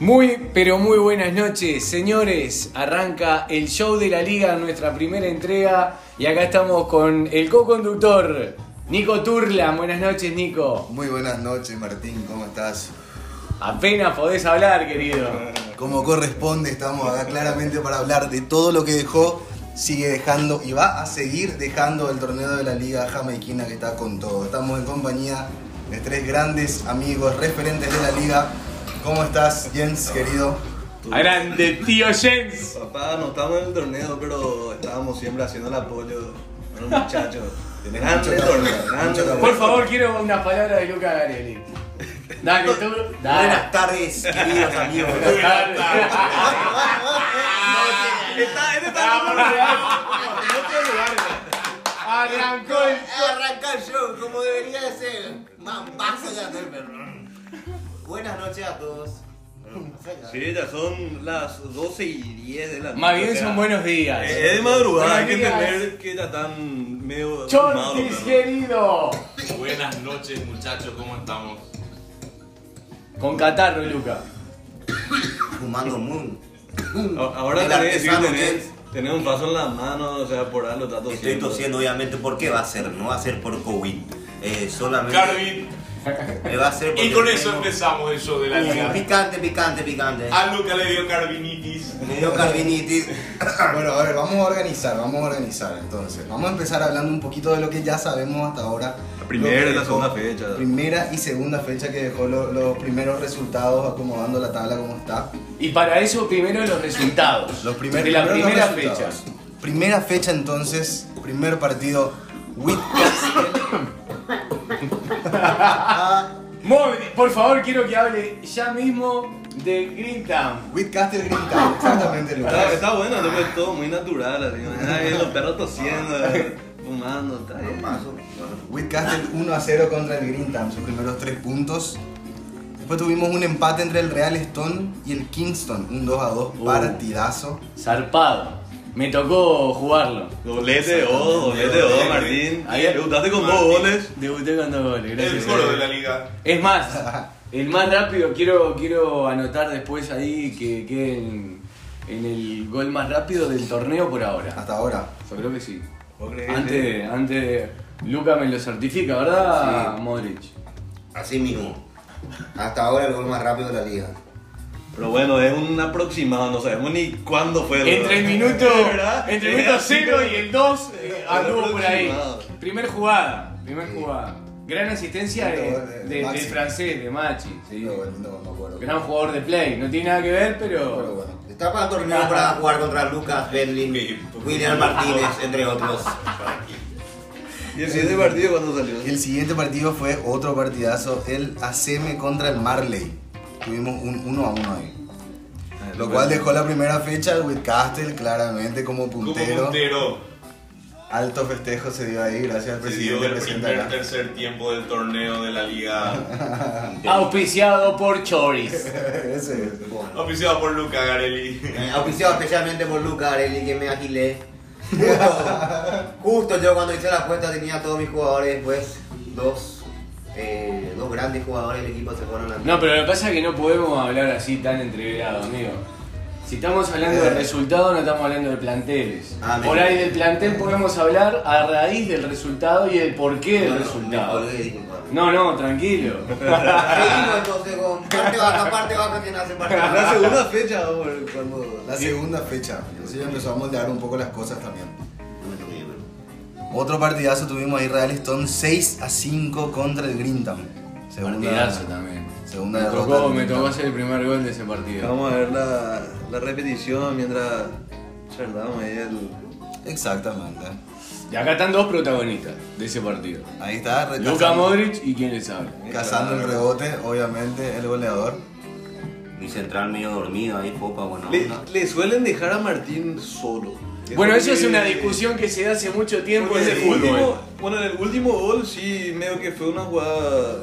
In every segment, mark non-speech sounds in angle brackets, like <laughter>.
Muy, pero muy buenas noches, señores. Arranca el show de la liga, nuestra primera entrega. Y acá estamos con el co-conductor, Nico Turla. Buenas noches, Nico. Muy buenas noches, Martín, ¿cómo estás? Apenas podés hablar, querido. Como corresponde, estamos acá claramente para hablar de todo lo que dejó, sigue dejando y va a seguir dejando el torneo de la Liga Jamaiquina que está con todo. Estamos en compañía de tres grandes amigos, referentes de la Liga. ¿Cómo estás, Jens, querido? Grande, tío Jens. Papá, no estamos en el torneo, pero estábamos siempre haciendo el apoyo a los muchachos. Tenés grande mucho torneo, trabajo, grande mucho torneo. Por favor, quiero unas palabras de Luca Garelli. Dale, tú. Dale. Buenas tardes, queridos amigos. Buenas tardes. Está- este está- Vamos, Real. Arrancó el Arrancar yo, como debería de ser. Más, más allá del perro. Buenas noches a todos. Más allá. Sí, ya son las 12 y 10 de la noche. Más bien o sea, son buenos días. eh, Es de madrugada, hay que Buenos días. entender que ya están medio. fumados, Chontis, pero- querido. Buenas noches muchachos, ¿cómo estamos? Con catarro, Luca. Fumando Moon. A- Ahora El tenés, sí, artesano tenés, Jens. tenés un paso en la mano, o sea, por algo está tosiendo. Estoy tosiendo, obviamente, ¿por qué va a ser? No va a ser por COVID. Eh, solamente. Carvin, Eh, va a ser y porque con eso tengo- empezamos el show de la Uh, liga. Ah. Picante, picante, picante. A Luca le dio Carvinitis. Me dio carvinitis. Bueno, a ver, vamos a organizar, vamos a organizar entonces. Vamos a empezar hablando un poquito de lo que ya sabemos hasta ahora. La primera Lo que y la dejó- segunda fecha. Primera y segunda fecha que dejó lo- los primeros resultados, acomodando la tabla como está. Y para eso primero los resultados. Los primeros, de la primero los primera fecha. resultados. Primera fecha entonces, primer partido, Whitcastle. Móvil, por favor, quiero que hable ya mismo de Greentown. Whitcastle Green Town, exactamente Está, Lucas. está bueno, ¿no? Pero es todo muy natural. Así, ¿no? Ay, los perros tosiendo, fumando, está bien. Whitcastle 1 a 0 contra el Green Town, sus primeros tres puntos. Después tuvimos un empate entre el Real Stone y el Kingston, un 2 a 2 Uh. partidazo. Zarpado. Me tocó jugarlo. Doblete de O, doblete de O, Martín. Ayer- Debutaste con dos goles. Debuté cuando goles, gracias. eh, El coro de la liga. Es más, el más rápido, quiero, quiero anotar después ahí que quede en, en el gol más rápido del torneo por ahora. Hasta ahora. Yo creo que sí. ¿Vos creés? Antes, antes, Luca me lo certifica, ¿verdad, Sí. Modric? Así mismo. Hasta ahora el gol más rápido de la liga. Pero bueno, es un aproximado, no sabemos ni cuándo fue. Entre el ¿verdad? minuto, <laughs> ¿Verdad? entre el Es minuto así, 0 pero- <laughs> y el 2 anduvo por ahí. aproximado. Primer jugada, primer jugada. Gran asistencia de, Lindo gol de de- Maxi. del francés, de Machi. sí. Pero bueno, no me acuerdo. Gran jugador de play, no tiene nada que ver, Pero pero... bueno. Está para el torneo para jugar contra Lucas Sí. Berlin, William Martínez, entre <laughs> otros. 17 partido cuando salió. El siguiente partido fue otro partidazo, el ACM contra el Marley. Tuvimos un 1 a 1 ahí. Ah, Lo cual dejó la primera fecha al Whitcastle claramente como Como puntero. puntero, Alto festejo se dio ahí, gracias al se dio presidente el presente primer acá. <laughs> tercer tiempo del torneo de la liga. Auspiciado por Choris. Ese es. Oficiado por Luca Garelli. Eh, auspiciado especialmente por Luca Arelli, que me agilé. Justo, justo yo cuando hice la apuesta tenía a todos mis jugadores, pues dos, eh, dos grandes jugadores del equipo se fueron a No, pero lo que pasa es que no podemos hablar así tan entreverado, amigo. Si estamos hablando de resultado, no estamos hablando de planteles. Ah, me- por ahí del plantel podemos hablar a raíz del resultado y el porqué del No, no, resultado. me colgué, <laughs> disculpa. No, no, tranquilo. Seguimos entonces con parte baja, parte baja, quien hace parte La baja. segunda fecha, hombre, cuando. La segunda fecha. Entonces ya empezó a moldear un poco las cosas también. Otro partidazo tuvimos ahí Real Stone 6 a 5 contra el Greentown. Partidazo también. Segunda me derrota tocó, del me tocó Greentown. hacer el primer gol de ese partido. Vamos a ver la, la repetición mientras charlamos ahí el. Exactamente. Y acá están dos protagonistas de ese partido. Ahí está, retazando- Luka Modric y quién les habla. Cazando el rebote, obviamente, el goleador. Mi central medio dormido ahí, popa, bueno. Le, le suelen dejar a Martín solo. Bueno, eso es una Porque- discusión que se da hace mucho tiempo Porque en el el último, fútbol. bueno, en el último gol sí, medio que fue una jugada.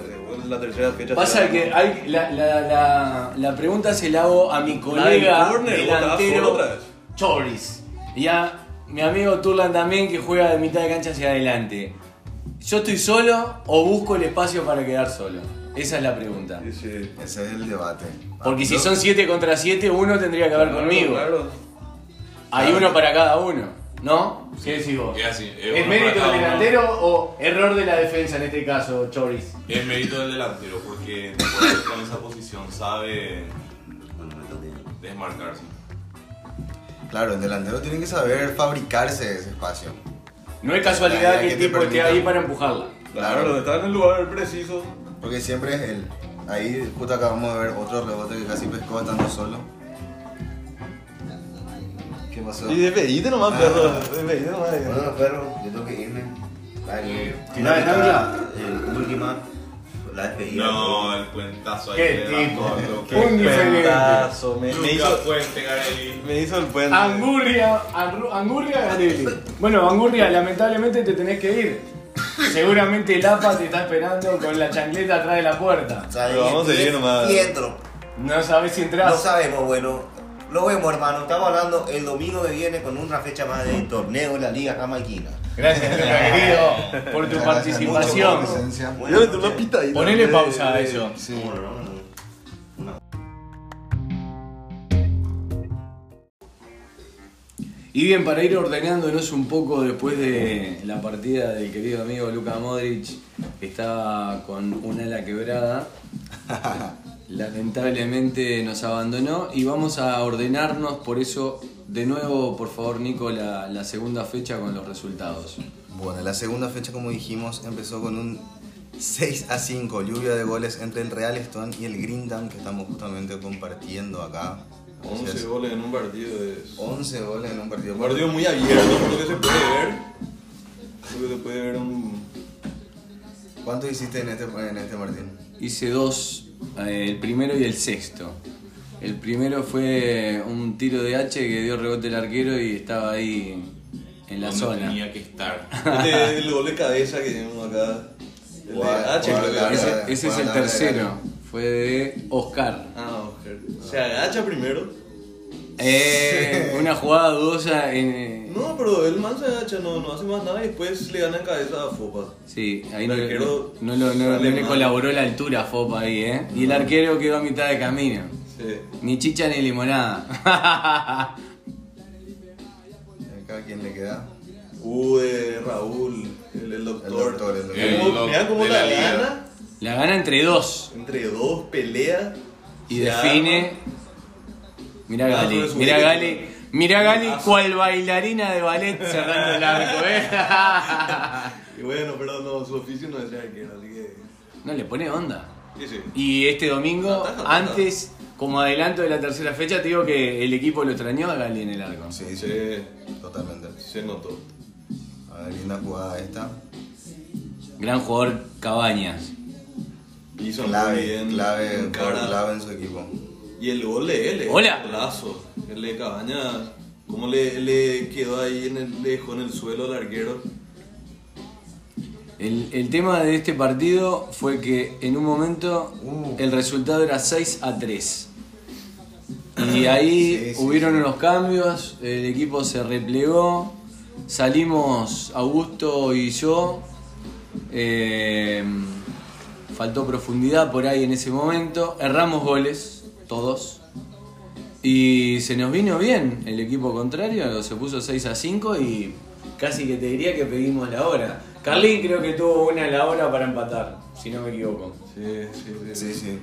eh, bueno, La tercera fecha. Pasa que hay, la, la, la, la pregunta se la hago a mi colega del córner, delantero vos te vas por otra vez. Choris y a mi amigo Turlan también que juega de mitad de cancha hacia adelante. ¿Yo estoy solo o busco el espacio para quedar solo? Esa es la pregunta. Ese- Ese es el debate. Porque si son 7 contra 7, uno tendría que ver Claro, conmigo. claro. Hay uno para cada uno, ¿no? ¿Qué decís vos? Es así, es ¿Es uno para mérito cada del uno. delantero o error de la defensa en este caso, Choris? Es mérito del delantero porque Nicolás con esa posición sabe desmarcarse. Claro, el delantero tiene que saber fabricarse ese espacio. No es casualidad Nadie que que el te tipo esté permita. ahí para empujarla. Claro, está en el lugar preciso. Porque siempre es él. Ahí justo acabamos de ver otro rebote que casi pescó estando solo. ¿Qué pasó? Y despedite nomás, perro. Despedite nomás. Bueno, los perros, yo tengo que irme. Dale. ¿Final de Navidad? Eh, última, la despedida. No, el puentazo ahí. Qué de la tipo. foto. Qué Un diferente. pedazo, Me, me Luca hizo, Puente, Garelli. me hizo el puente. Angurria, Arru- Angurria Garelli. Bueno, Angurria, lamentablemente te tenés que ir. Seguramente el APA te está esperando con la chancleta atrás de la puerta. ¿Sabes? Pero vamos a seguir nomás. Y entro. No sabés si No entras. sabemos, bueno. Lo vemos, hermano. Estamos hablando el domingo que viene con una fecha más de torneo en la Liga Jamaiquina. Gracias, querido, por tu Muchas gracias, participación. mucho por tu presencia. Yo le tomé una pitadita. Ponele pausa a eso. Sí. Y bien, para ir ordenándonos un poco después de la partida del querido amigo Luka Modric, que estaba con una ala quebrada, lamentablemente nos abandonó y vamos a ordenarnos, por eso, de nuevo, por favor, Nico, la, la segunda fecha con los resultados. Bueno, la segunda fecha, como dijimos, empezó con un 6 a 5, lluvia de goles entre el Real Stone y el Grindam, que estamos justamente compartiendo acá. 11 Entonces, goles en un partido es. 11 goles en un partido. Un partido muy abierto, por lo que se puede ver. Creo que se puede ver un. ¿Cuánto hiciste en este, en este Martín? Hice dos, eh, el primero y el sexto. El primero fue un tiro de H que dio rebote el arquero y estaba ahí en la Donde zona. Tenía que estar. Este es el gol de cabeza que tenemos acá. El de Guau, H, guau, creo que guau. era. Ese, ese es el tercero. Fue de Oscar. Ah, ok. Se agacha primero. Eh, una jugada dudosa en. eh, No, pero el man se agacha, no, no hace más nada y después le gana en cabeza a Fopa. Sí, ahí no, El arquero no lo- no- no sale le mal. colaboró la altura a Fopa ahí, ¿eh? Y el arquero quedó a mitad de camino. Sí. Ni chicha ni limonada. <laughs> Acá, ¿quién le queda? U de Raúl, el, el doctor. El doctor, el doctor. El doc Mira cómo de la la liga. gana. la gana entre dos Entre dos peleas. y se define. Mirá Ah, Gali, sobre su mirá derecha. Gali. Mirá Gali Ah, sí. cual bailarina de ballet cerrando el arco, <laughs> ¿eh? arma. Y bueno, pero no, su oficio no es arquero, así que. No le pone onda. Sí, sí. Y este domingo, Ataja, ataja. antes, como adelanto de la tercera fecha, te digo que el equipo lo extrañó a Gali en el arco. Sí, sí, Se, totalmente. se notó. A ver, linda jugada esta. Gran jugador Cabañas. Hizo muy Clave, bien. clave, en cara. clave en su equipo. Y el gol de él, eh, Hola. golazo. El de Cabañas, cómo le, le quedó ahí, en el, le dejó en el suelo al arquero. El, el tema de este partido fue que en un momento Uh. el resultado era 6 a 3. Y ahí Sí, sí, hubieron unos cambios, el equipo se replegó, salimos Augusto y yo. eh, faltó profundidad por ahí en ese momento, erramos goles, todos. Y se nos vino bien el equipo contrario, se puso 6 a 5 y casi que te diría que pedimos la hora. Carlín creo que tuvo una a la hora para empatar, si no me equivoco. Sí, sí, sí. Sí, sí.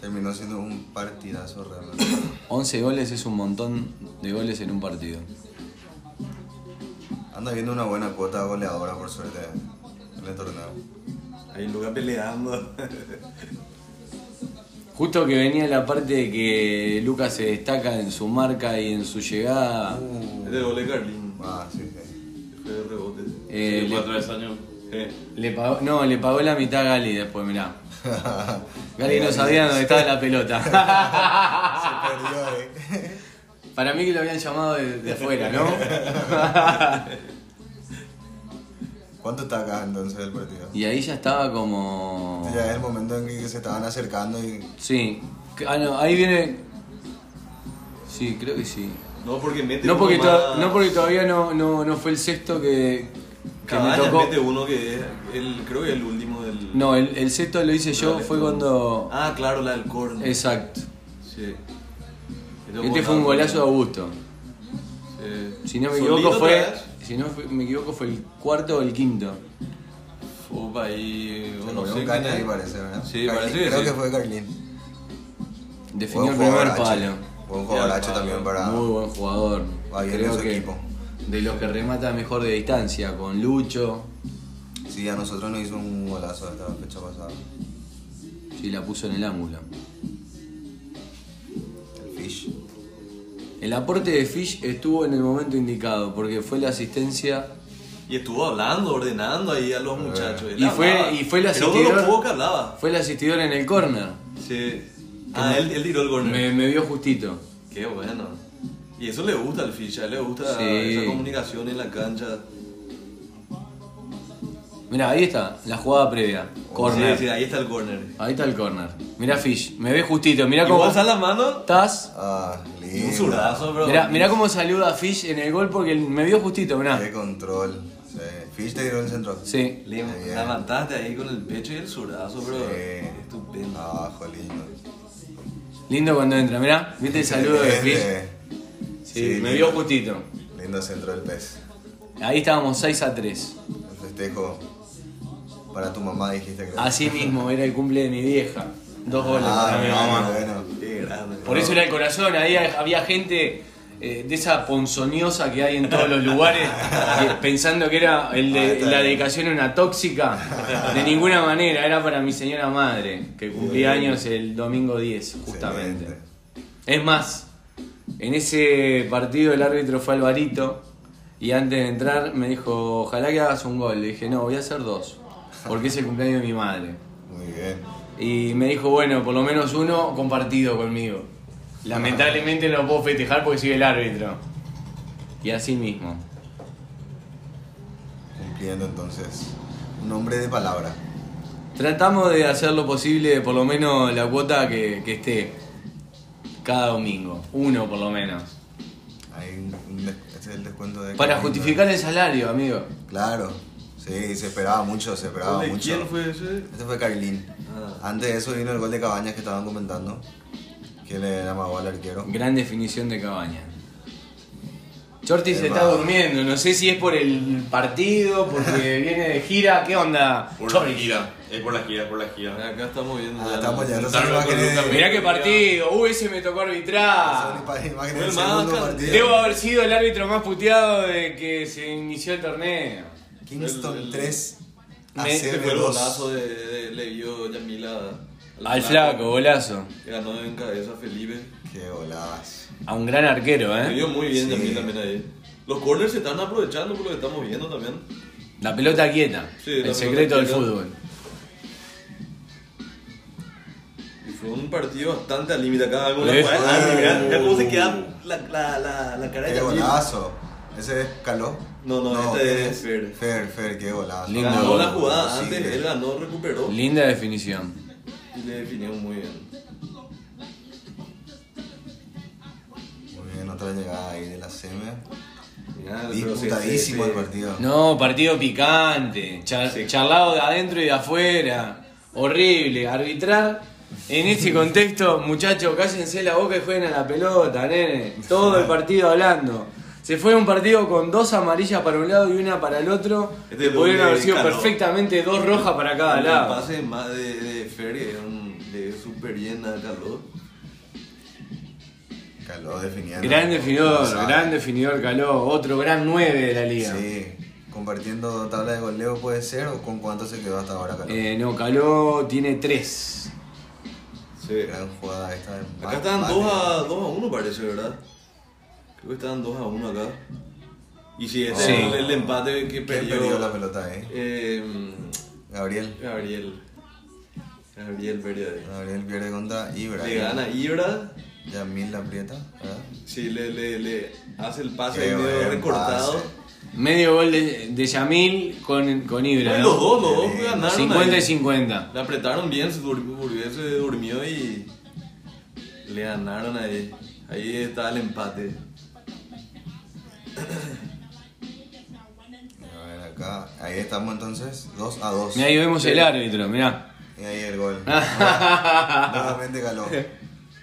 Terminó siendo un partidazo realmente. 11 goles es un montón de goles en un partido. Anda viendo una buena cuota goleadora, por suerte, en el torneo. Ahí Luca peleando. Uh. <laughs> Justo que venía la parte de que Lucas se destaca en su marca y en su llegada. Este gol de Carlín. Ah, sí, sí. <laughs> Fue de rebote. eh, Sí, le- cuatro de años. Eh, Le pagó, no, le pagó la mitad a Gali después, mirá. Gali no sabía dónde estaba la pelota. <laughs> Perdió, eh. Para mí que lo habían llamado de, de afuera, ¿no? ¿Cuánto está acá entonces el partido? Y ahí ya estaba como... Ya es el momento en que se estaban acercando y. Sí. Que- Ah, no, ahí viene... Sí, creo que sí. No porque mete No porque, uno Este más. to- no porque todavía no, no, no fue el sexto que, que me Cada año tocó. mete uno que es el, creo que el último del. No, el, el sexto lo hice yo, del- fue cuando. Eh, Ah, claro, la del corno. Exacto. Sí. Este fue un golazo de Augusto. Sí. Si no me ¿Solito equivoco otra fue. vez? Si no fue- me equivoco fue el cuarto o el quinto. Opa, y. Se Bueno, ¿eh? comió sé un quién caña es. ahí parece, ¿verdad? Sí, Carlín, parece que Creo sí. que fue Carlín. Definió el Buen primer jugadoracho. palo. Buen jugadoracho Palo. también para. Muy buen jugador. Va bien en su equipo. De los que remata mejor de distancia, con Lucho. Sí, a nosotros nos hizo un golazo esta fecha pasada. Sí, la puso en el ángulo. El Fish. El aporte de Fish estuvo en el momento indicado, porque fue la asistencia. Y estuvo hablando, ordenando ahí a los muchachos. Él Y fue- hablaba. y fue el Pero uno asistidor. lo poco que hablaba. Fue el asistidor en el corner. Sí. Ah, él, él tiró el corner. Me, me vio justito. Qué bueno. Y eso le gusta al Fish, a él le gusta Sí. esa comunicación en la cancha. Mirá, ahí está, la jugada previa. Corner. Sí, sí, ahí está el corner. Ahí está el corner. Mirá Fish, me ve justito. Mirá Y cómo vos a la mano estás. Ah, y lindo. un zurdazo, bro. Mirá, mirá cómo saluda a Fish en el gol porque él- me vio justito, Qué mirá. control. Sí. Fish te tiró el centro. Ah. Sí. Le Qué bien. levantaste ahí con el pecho y el zurdazo, bro. Sí. Estupendo. Abajo, lindo. Lindo cuando entra, mirá. ¿Viste el saludo de Fish? Excelente. Sí, eh, Sí, me sí. vio justito. Lindo centro del pez. Ahí estábamos 6 a 3. El festejo para tu mamá dijiste que Así mismo, era el cumple de mi vieja. Dos goles Ah, para Ah, mi no, mamá. bueno. Qué grande. Por eso era el corazón, había, había gente eh, de esa ponzoñosa que hay en todos los lugares, que pensando que era el de- Ah, está la bien. dedicación era una tóxica. De ninguna manera, era para mi señora madre, que cumplía años el domingo 10, justamente. Excelente. Es más, en ese partido el árbitro fue Alvarito y antes de entrar me dijo, ojalá que hagas un gol. Le dije, no, voy a hacer dos, porque es el cumpleaños de mi madre. Muy bien. Y me dijo, bueno, por lo menos uno compartido conmigo. Lamentablemente no lo puedo festejar porque soy el árbitro. Y así mismo. Cumpliendo entonces. Un hombre de palabra. Tratamos de hacer lo posible, por lo menos la cuota que, que esté. Cada domingo. Uno por lo menos. Hay un- un des- es el descuento de. Para justificar el salario, amigo. Claro. Sí, se esperaba mucho, se esperaba ¿De mucho. quién fue ese? Este fue Carilín. Ah. Antes de eso vino el gol de Cabañas que estaban comentando. Que le llamaba al arquero. Gran definición de cabaña. Chorty se Hermano. está durmiendo, no sé si es por el partido, porque viene de gira, ¿qué onda? Por Chorty? la gira. Es por la gira, por la gira. Acá estamos viendo. Ah, ya estamos la- llegando a Tarde esas con imágenes Lucas de- Mirá qué Pereira. partido, uy, ese me tocó arbitrar. Son ipa- imágenes Fue del el más segundo caro. partido. Debo haber sido el árbitro más puteado de que se inició el torneo. ah. Kingston El- el- 3 a Me- Este fue el 0 golazo de, de- le dio Yamila al, Al flaco, ¿Eh? golazo. que Ganó en cabeza Felipe. Qué golazo. A un gran arquero, Le dio ¿eh? muy bien Sí. Yamil también ahí. Los corners se están aprovechando por lo que estamos viendo también. La pelota quieta. Sí, la el pelota secreto del quieta. fútbol. Y fue un partido bastante al límite acá. vemos la Sí. jugada de Andy, mirá, mirá cómo se queda la, la, la, la cara de Ah, uh. Qué Yamil. golazo. ¿Ese es Caló? No, no, este es Fer. Fer, Fer, qué golazo. Lindo Ganó gol. la jugada Sí, antes, Fer. él ganó, recuperó Linda definición. y le definió muy bien. Muy bien, otra llegada ahí de la seme. Mirá, pero se- Disputadísimo se- el partido. No, partido picante. char- Sí. Charlado de adentro y de afuera. Horrible. Arbitrar. En <laughs> este contexto, muchachos, cállense la boca y jueguen a la pelota, nene. Todo el partido hablando. Se fue un partido con dos amarillas para un lado y una para el otro. Este es Podrían doble haber sido calor. perfectamente dos rojas para cada El lado. pase más de, de Fer que era un- le dio súper bien a Carlos. Caló definiendo. Gran Como definidor, sabe. gran definidor Caló, otro gran 9 de la liga. Sí. Compartiendo tabla de goleo puede ser o con cuánto se quedó hasta ahora Caló. Eh, no, Caló tiene 3. Sí. Gran jugada esta. de Acá Mar- estaban Mate. 2 a, 2 a 1 parece, ¿verdad? Creo que estaban 2 a 1 acá. Y sí, ese Sí. es el, el empate que ¿Quién perdió, perdió la pelota, eh? eh, Gabriel. Gabriel. Gabriel perdió. ahí. Gabriel pierde contra Ibra. Le gana Ibra. Yamil la aprieta, ¿verdad? Sí, le, le, le hace el pase Qué ahí medio buen recortado. pase. Medio gol de, de Yamil con, con Ibra. Bueno, ¿no? Los dos, los dos Qué ganaron. ahí. 50 y 50. Le apretaron bien, se durmió, se durmió y le ganaron ahí. Ahí está el empate. A ver, acá. Ahí estamos entonces, 2 a 2. Mirá, ahí vemos el árbitro, mirá. Y ahí el <laughs> gol. Nuevamente caló.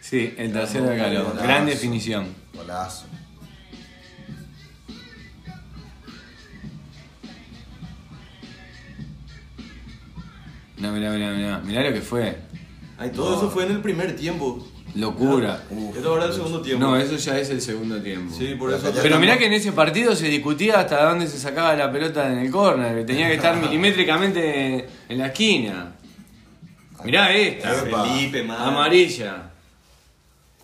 Sí, el tercero de Caló. Golazo. Gran definición. Golazo. No, mirá, mirá, mirá. Mirá lo que fue. Ay, todo eso fue en el primer tiempo. Locura. Uf. Esto ahora es el segundo tiempo. No, eso ya es el segundo tiempo. Sí, por eso. Ya Pero mirá estamos. que en ese partido se discutía hasta dónde se sacaba la pelota en el córner, que tenía que estar milimétricamente en la esquina. Mirá esta, Epa. Felipe, madre. amarilla.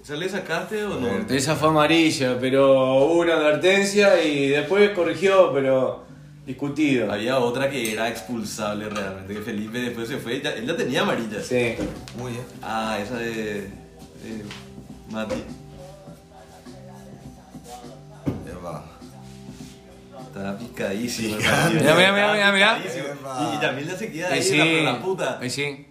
¿Esa le sacaste o no? Esa fue amarilla, pero hubo una advertencia y después corrigió, pero discutido. Había otra que era expulsable realmente, que Felipe después se fue, y ya, él ya tenía amarilla. Sí. Muy bien. Ah, esa de, de Mati. Epa. Estaba picadísima. Picante. Mirá, mirá, mirá, mirá, mirá. Y, y también ya se queda Y ahí Eh, sí. la, la puta. Y sí.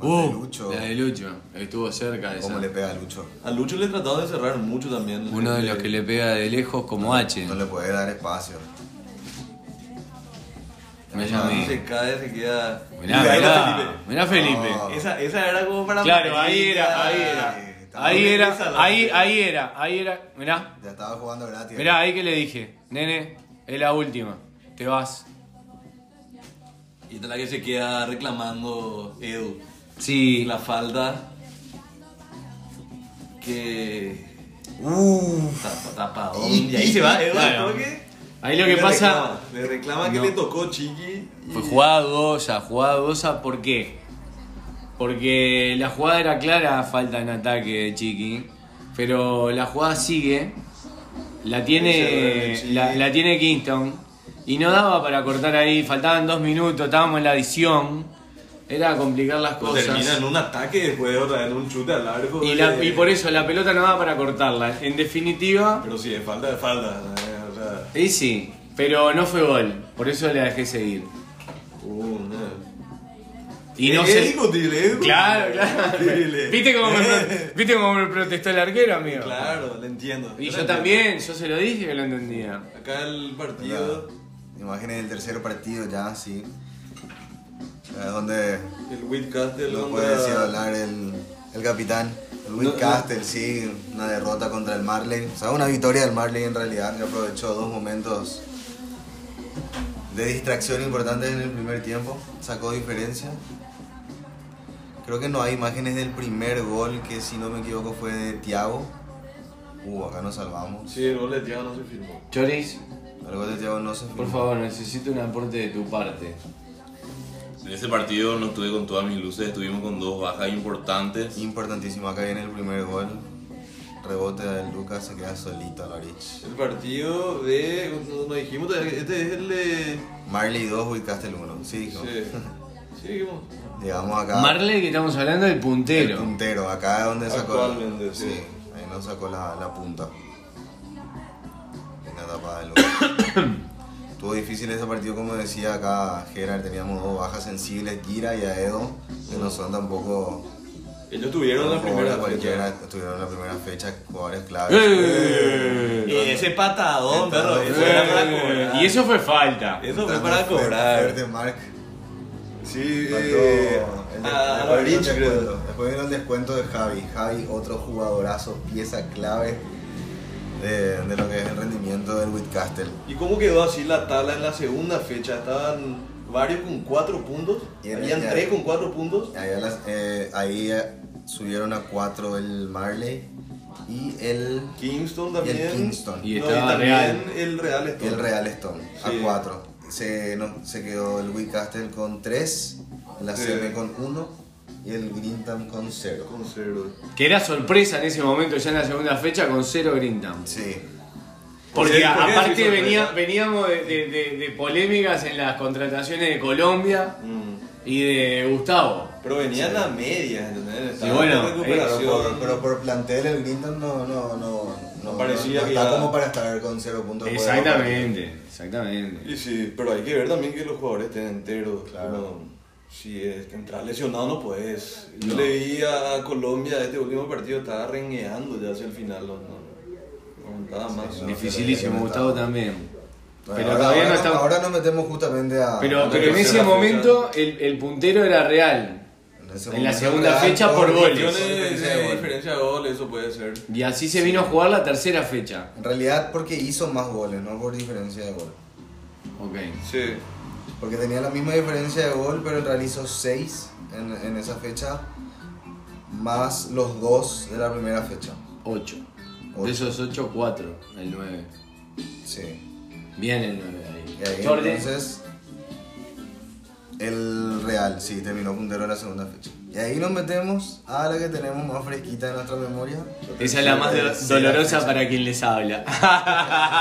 Uh, Uh, Lucho. La de Lucho. Estuvo cerca de ¿Cómo esa. le pega a Lucho? A Lucho le trataba de cerrar mucho también. Uno de los que le pega de lejos como H. No le puede dar espacio. Me llama. Cuando Se cae, se queda. Mirá, Y ahí era mirá. Mirá Felipe. No. Esa, esa era como para. Claro, ahí Marilla. era, ahí era. Ahí Doble era, pesa la- ahí, ahí era, ahí era. Mirá, Ya estaba jugando gratis. mirá, ahí que le dije. Nene, es la última. Te vas. Y esta es la que se queda reclamando Edu. Sí. La falda. Que. Uh, Tapa, tapadón. Y- Y ahí se va Edu. Claro. creo que- Ahí lo que le pasa- reclama, le reclama que No. le tocó Chiqui. y- Fue jugada dudosa, jugada dudosa, ¿por qué? Porque la jugada era clara, falta en ataque de Chiqui, pero la jugada sigue, la tiene, Ese error de la, Chiqui. la tiene Kingston, y no daba para cortar ahí, faltaban dos minutos, estábamos en la adición, era complicar las Pues termina en cosas. un ataque después de otra, en un chute al largo. Y, la- y por eso la pelota no daba para cortarla. En definitiva, Pero sí, es falda de falda. eh, O sea, y sí, pero no fue gol, por eso la dejé seguir. uh, no. Y no es se- discutible, es discutible. Claro, claro. Discutible. ¿Viste cómo, me, Eh, <laughs> pro- ¿Viste cómo me protestó el arquero, amigo? Claro, le entiendo. Y yo le también, yo se lo dije que lo entendía. entiendo. Acá el partido, Nada. Imágenes del tercer partido ya, sí. Es donde el Whitcastle. no onda- puede decir hablar el, el capitán. El Whitcastle, sí, una derrota contra el Marley. O sea, una victoria del Marley en realidad, que aprovechó dos momentos de distracción importantes en el primer tiempo. Sacó diferencia. Creo que no hay imágenes del primer gol, que si no me equivoco fue de Thiago. Uh, acá nos salvamos. Sí, el gol de Thiago no se firmó. Choris, El gol de Thiago no se por firmó. favor, necesito un aporte de tu parte. En ese partido no estuve con todas mis luces, estuvimos con dos bajas importantes. Importantísimo, acá viene el primer gol. Rebote de Lucas, se queda solito a la orilla. El partido de. no- Nos dijimos, todavía que este es el de. Marley 2, Whitcastle 1. Sí, dijo. <laughs> Sí, sí dijimos. Llegamos Ah. acá. Marley, que estamos hablando del el puntero. puntero, acá es donde sacó. Actualmente, sí. ahí nos sacó la, la punta. En la tapa de Lucas. <coughs> Estuvo difícil ese partido, como decía acá Gerard. Teníamos dos bajas sensibles, Gira y Aedo, que no son tampoco. Ellos tuvieron la jugadores primera. cualquiera, fecha. Tuvieron la primera fecha, jugadores claves. ¡Eh! Y ese patadón, perro. Eso era para ¡Eh! cobrar. Y eso fue falta. Eso fue Entrando para fuerte, cobrar. fuerte, Mark. Sí, Faltó eh, el de- a, a después vino el Bridge, creo. descuento. Después vino el descuento de Javi. Javi, otro jugadorazo, pieza clave de, de lo que es el rendimiento del Whitcastle. ¿Y cómo quedó así la tabla en la segunda fecha? Estaban varios con cuatro puntos. Y el Habían Villarreal. tres con cuatro puntos. Ahí, a las- eh, ahí, eh, subieron a 4 el Marley y el, Kingston y también. el Kingston. Y No, estaba también Real. el Real Y Stone. el Real Stone, Sí. a 4. Se, no, se quedó el Whitcastle con 3, la Sí. CM con 1 y el Greentown con 0. Con cero. Que era sorpresa en ese momento, ya en la segunda fecha, con cero Grindam. Sí. Porque Sí, ¿por qué decís aparte sorpresa? venía, veníamos de, de- de- de polémicas en las contrataciones de Colombia Mm. y de Gustavo. Pero venían a medias, ¿entendés? Estaban bueno, eh, en Pero recuperación. por, pero por plantel el Grindon no, no, no, no, parecía no que está ya- como para estar con cero puntos. de juego. Exactamente, exactamente. Y sí, pero hay que ver también que los jugadores estén enteros. Claro. No, si es- entras lesionado no puedes. Yo No. le vi a Colombia este último partido, estaba rengueando ya hacia el final. No, no, no aguantaba más. Dificilísimo, Gustavo también. Pero ahora, todavía ahora no estamos- ahora nos metemos justamente a. Pero, la pero en tercera ese fecha. momento el, el puntero era real. en la segunda fecha por goles. Millones diferencia de de gol. diferencia de goles, eso puede ser. Y así se vino a jugar la tercera fecha. En realidad porque hizo más goles, no por diferencia de gol. Ok. Sí. Porque tenía la misma diferencia de gol, pero él realizó 6 en, en esa fecha, más los 2 de la primera fecha. 8. Ocho. De esos 8, 4. El 9. Sí. Bien el 9 ahí. Y ahí Jordi. entonces el Real, sí, terminó puntero en la segunda fecha. Y ahí nos metemos a la que tenemos más fresquita en nuestra memoria. Esa es la más do- tercera dolorosa eh, fecha. para quien les habla.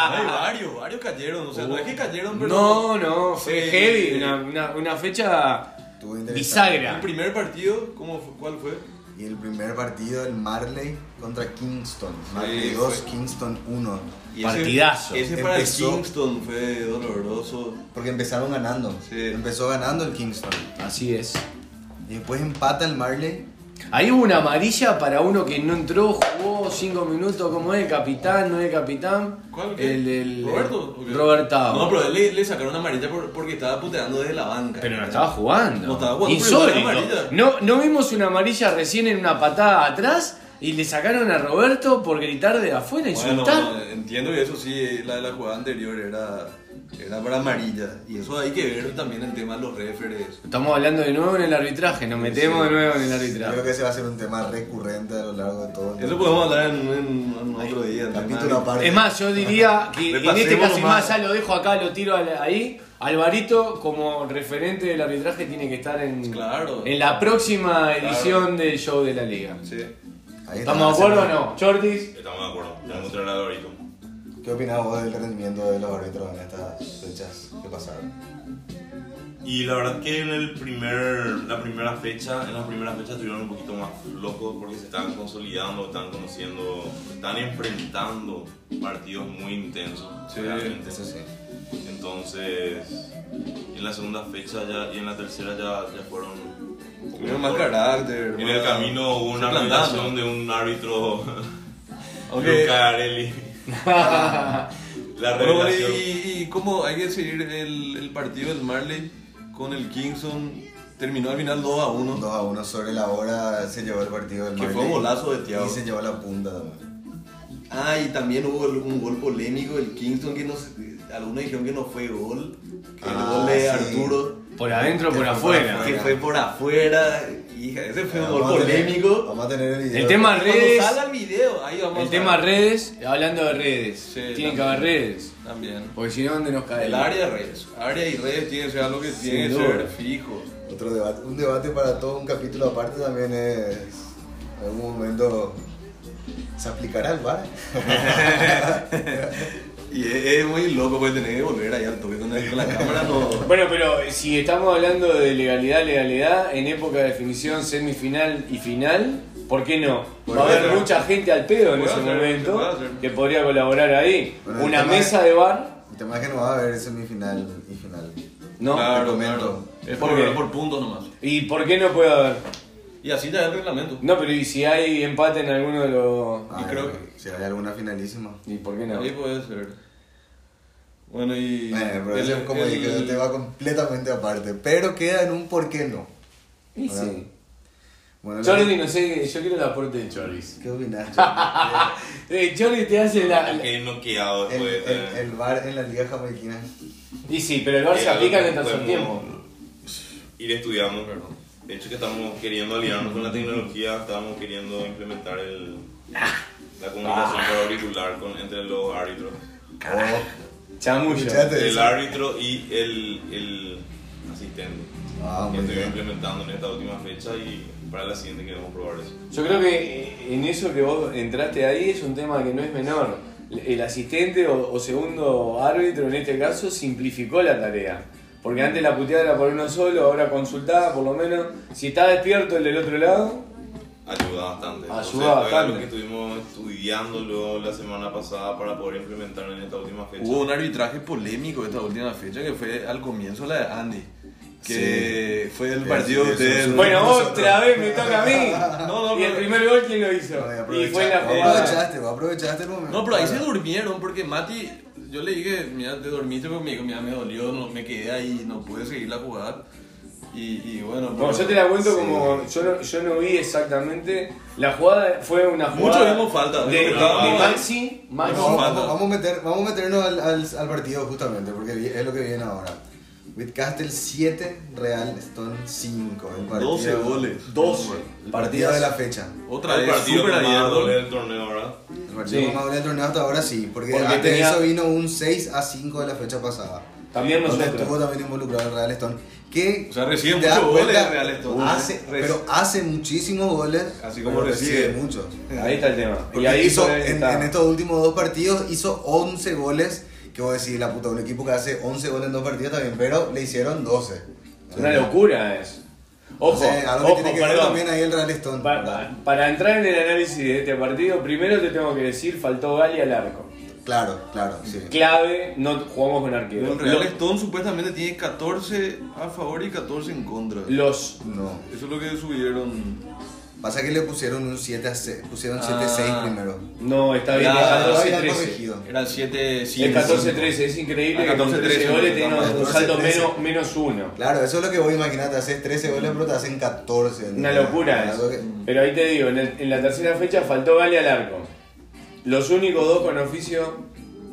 <laughs> Hay varios, varios cayeron, o sea, no es que cayeron, pero Oh. No, no, fue Sí, heavy. sí. Una, una- una fecha Estuvo interesante. el bisagra. primer partido, ¿cómo fue? ¿cuál fue? Y el primer partido, el Marley contra Kingston. Marley Sí, 2, fue- Kingston 1. Y ese- Partidazo. Ese, para el Empezó- Kingston fue doloroso. Porque empezaron ganando. Sí. Empezó ganando el Kingston. Así es. Y después empata el Marley. Ahí hubo una amarilla para uno que no entró, jugó 5 minutos, como es el capitán, no es el capitán. ¿Cuál? qué? El, el- ¿Roberto? ¿O qué? Robertao. No, pero él le, le sacaron una amarilla por- porque estaba puteando desde la banca. Pero no estaba jugando. No estaba jugando, pero Insólito. igual era amarilla. No, no vimos una amarilla recién en una patada atrás y le sacaron a Roberto por gritar de afuera, Bueno, eh. insultar. entiendo que eso sí, la de la jugada anterior era, era para amarilla. Y eso hay que ver también el tema de los referees. Estamos hablando de nuevo en el arbitraje, nos metemos de nuevo en el Creo arbitraje. que ese va a ser un tema recurrente a lo largo de todo. el- Eso podemos hablar en, en- en otro día. el tema capítulo de- aparte. Es más, yo diría que en Repasemos este caso y más más. ya lo dejo acá, lo tiro al- ahí. Alvarito, como referente del arbitraje, tiene que estar en, Claro. en la próxima edición del show de la liga. Sí. Ahí está, ¿Estamos de acuerdo o no? Jordi, Estamos de acuerdo. Tenemos que traer al Dorito. ¿Qué opinas vos del rendimiento de los árbitros en estas fechas que pasaron? Y la verdad que en el primer, la primera fecha, en las primeras fechas estuvieron un poquito más locos porque se estaban consolidando, estaban conociendo, están enfrentando partidos muy intensos. Sí, realmente. Eso sí. Entonces, en la segunda fecha ya y en la tercera ya, ya fueron un poco Tuvieron más mejor. carácter. En más- el camino hubo una Se plantaron. relación de un árbitro, Aunque- Eh, Luca <laughs> Arelli. La Bueno, revelación. y, y cómo hay que seguir el, el partido del Marley con el Kingston. Terminó al final 2 a 1. 2 a 1 sobre la hora se llevó el partido del Que fue Marley. un golazo de Thiago. Y se llevó la punta también. Ah, y también hubo el- un gol polémico, el Kingston, que no sé- algunos dijeron que no fue gol, que Ah, el gol de sí. Arturo, por adentro, Que por fue por afuera. afuera. que fue por afuera, hija, ese fue un Ah, Vamos gol a tener- polémico. Vamos a tener el video. El tema redes, Cuando salga el video, ahí vamos el a- tema redes, hablando de redes, Sí, tienen que también. haber redes, También. porque si no, ¿dónde nos cae? El área redes, área y redes tiene que ser algo que tiene que duda. ser fijo. Otro debate, un debate para todo un capítulo aparte también es. En algún momento. ¿Se aplicará el bar? Y es, es muy loco, porque tenés que volver ahí al toque donde con la cámara no... Bueno, pero eh, si estamos hablando de legalidad, legalidad, en época de definición semifinal y final, ¿por qué no? Va Bueno, a haber claro. mucha gente al pedo en ese Puede ser, se puede momento hacer. que podría colaborar ahí. Bueno, el Una tema mesa de bar, El tema es que no va a haber semifinal y final. ¿no? Claro, te comento. claro. Es ¿Por por, qué? por puntos nomás. ¿Y por qué no puede haber? Y así ya es el reglamento. No, pero ¿y si hay empate en alguno de los...? Y creo que. Si hay alguna finalísima. ¿Y por qué no? Ahí puede ser. Bueno, y. Bueno, pero el- eso es como el- dije, un tema completamente aparte. Pero queda en un por qué no. Y Bueno, sí. Bueno, Jordi, no sé, yo quiero el aporte de Choris. ¿Qué opinas? Jordi? Eh, Jordi te hace la... la- Quedé noqueado el, después. el- el bar en la liga jamaicana. Y sí, pero el bar se aplica en el tercer Podemos tiempo. Ir estudiando, De hecho, que estamos queriendo aliarnos con la tecnología, estamos queriendo implementar el, la comunicación por auricular con, entre los árbitros. Oh, Chamullo. Escuchate. El árbitro y el, el asistente. Ah, que muy estuvimos bien. implementando en esta última fecha y para la siguiente queremos probar eso. Yo creo que eh, en eso que vos entraste ahí es un tema que no es menor. El asistente o, o segundo árbitro en este caso simplificó la tarea. Porque antes la puteada era por uno solo, ahora consultada por lo menos. Si está despierto el del otro lado, Ayuda bastante. Entonces, Ayuda fue bastante. algo que estuvimos estudiando luego la semana pasada para poder implementar en esta última fecha. Hubo un arbitraje polémico esta última fecha que fue al comienzo la de Andy. Que fue el Sí, partido sí, de ustedes. sí, sí. bueno, nosotros. otra vez me toca a mí. <laughs> No, no, y el pero- primer gol, ¿quién lo hizo? Ay, y fue en la aprovecha- jugada. Aprovechaste, vos aprovechaste el momento. No, pero ahí se durmieron porque Mati yo le dije, mira, te dormiste porque me dijo, mira, me dolió, no, me quedé ahí, no pude seguir la jugada. Y, y bueno, Bueno, yo te la cuento como. Yo no, yo no vi exactamente. La jugada fue una Mucho jugada. vimos falta. De, de- No, de no, Maxi. Maxi. No, Vamos, falta. vamos- vamos a meter, vamos a meternos al, al- al partido justamente, porque vi- es lo que viene ahora. Whitcastle 7, Real Stone 5. El partido, 12 goles. 12. El partido de la fecha. Otra El vez, partido súper que más abierto. duele del torneo, ¿verdad? El partido Sí. más goleado del torneo hasta ahora sí, porque, Porque antes tenía- de eso vino un 6 a 5 de la fecha pasada. También Donde nosotros. estuvo también involucrado el Real Stone. Que O sea, recibe te das muchos goles cuenta, el Real Stone. ¿eh? hace- Recibe. pero hace muchísimos goles. Así como pero recibe. muchos. Eh, Ahí está el tema. Y Porque ahí hizo, por ahí en, está. en estos últimos dos partidos hizo 11 goles. Que vos decís, la puta, un equipo que hace 11 goles en dos partidos también, pero le hicieron 12. Es una locura es. Ojo, O sea, algo ojo, que tiene que ver perdón. también ahí el Real Stone. Pa- ¿verdad? Para, entrar en el análisis de este partido, primero te tengo que decir, faltó Gali al arco. Claro, claro, sí. Clave, no jugamos con arquero. El Real Lo- Stone supuestamente tiene 14 a favor y 14 en contra. los No. Eso es lo que subieron. Pasa que le pusieron un 7 a 6, pusieron Ah. 7 a 6 primero. no, está bien, La- es Lo 14 habían 13. corregido. Eran 7 Es 14-13, es increíble que con 14-13, 13 goles tengas un 14-13. saldo menos, menos uno. Claro, eso es lo que vos imaginás, te haces 13 goles, pero te hacen 14. ¿no? Una locura eso. Algo que- Pero ahí te digo, en, el- en la tercera fecha faltó Gali al arco. Los únicos dos con oficio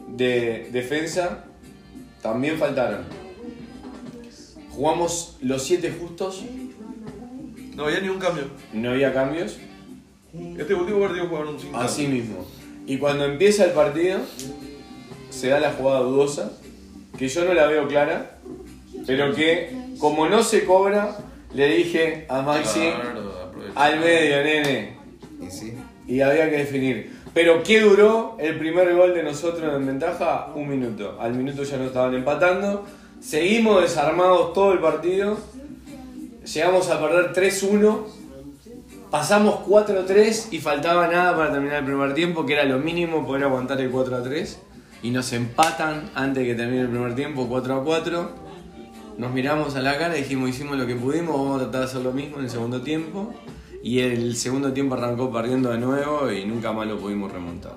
de defensa también faltaron. Jugamos los 7 justos, No había ni un cambio. no había cambios, Este último partido jugaron 5 así mismo. Y cuando empieza el partido, se da la jugada dudosa, que yo no la veo clara, pero que como no se cobra, le dije a Maxi, al medio, nene, Y sí. y había que definir. Pero ¿qué duró el primer gol de nosotros en ventaja? Un minuto. Al minuto ya nos estaban empatando. Seguimos desarmados todo el partido. Llegamos a perder 3-1. Pasamos 4-3 y faltaba nada para terminar el primer tiempo, que era lo mínimo poder aguantar el 4-3. Y nos empatan antes de que termine el primer tiempo, 4-4. Nos miramos a la cara y dijimos, hicimos lo que pudimos, vamos a tratar de hacer lo mismo en el segundo tiempo. Y el segundo tiempo arrancó perdiendo de nuevo y nunca más lo pudimos remontar.